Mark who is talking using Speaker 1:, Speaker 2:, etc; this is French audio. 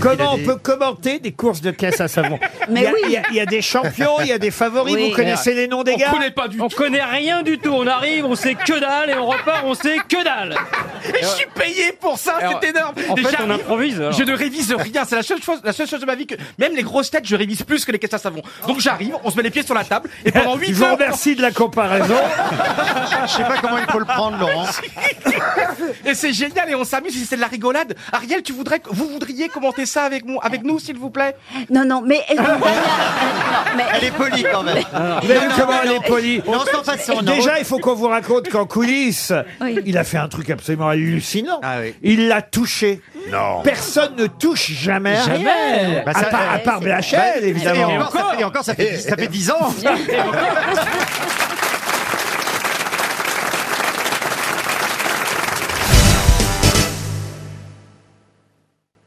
Speaker 1: Comment on peut commenter des courses de caisse à savon
Speaker 2: Mais
Speaker 1: Il y a-
Speaker 2: oui.
Speaker 1: Il y, a- il y a des champions, il y a des favoris.
Speaker 2: Oui.
Speaker 1: Vous connaissez les noms des
Speaker 3: On
Speaker 1: gars
Speaker 3: connaît pas du
Speaker 4: On connaît rien du tout. On arrive, on sait que dalle et on repart, on sait que dalle.
Speaker 3: Et je suis payé pour ça,
Speaker 4: Alors,
Speaker 3: c'est énorme.
Speaker 4: En
Speaker 3: Et
Speaker 4: fait, on
Speaker 3: j'arrive,
Speaker 4: improvise. alors.
Speaker 3: Je ne révise rien, c'est la seule chose, la seule chose de ma vie que même les grosses têtes, je révise plus que les caisses à savon. Donc j'arrive, on se met les pieds sur la table et pendant 8
Speaker 1: Je vous
Speaker 3: heures,
Speaker 1: remercie de la comparaison.
Speaker 5: Je sais pas comment il faut le prendre, Laurent.
Speaker 3: et c'est génial et on s'amuse et c'est de la rigolade. Ariel, tu voudrais, vous voudriez commenter ça avec mon, avec nous, s'il vous plaît
Speaker 2: Non, non, mais est-ce qu'on va y a- non, mais
Speaker 5: Elle est polie quand même.
Speaker 1: Vous avez vu
Speaker 5: Non,
Speaker 1: comment
Speaker 5: non,
Speaker 1: elle est
Speaker 5: non.
Speaker 1: polie
Speaker 5: Non, sans façon, non.
Speaker 1: Déjà, il faut qu'on vous raconte qu'en coulisses,
Speaker 2: Oui.
Speaker 1: il a fait un truc absolument hallucinant.
Speaker 5: Ah oui.
Speaker 1: Il l'a touché.
Speaker 5: Non.
Speaker 1: Personne ne touche jamais. à rien.
Speaker 4: Jamais.
Speaker 5: Bah,
Speaker 1: à,
Speaker 5: ça- Bah,
Speaker 1: part, à part
Speaker 2: c'est-
Speaker 1: Blachel,
Speaker 5: Et
Speaker 1: évidemment.
Speaker 5: encore, ça fait, et encore, ça fait, ça fait 10 ans.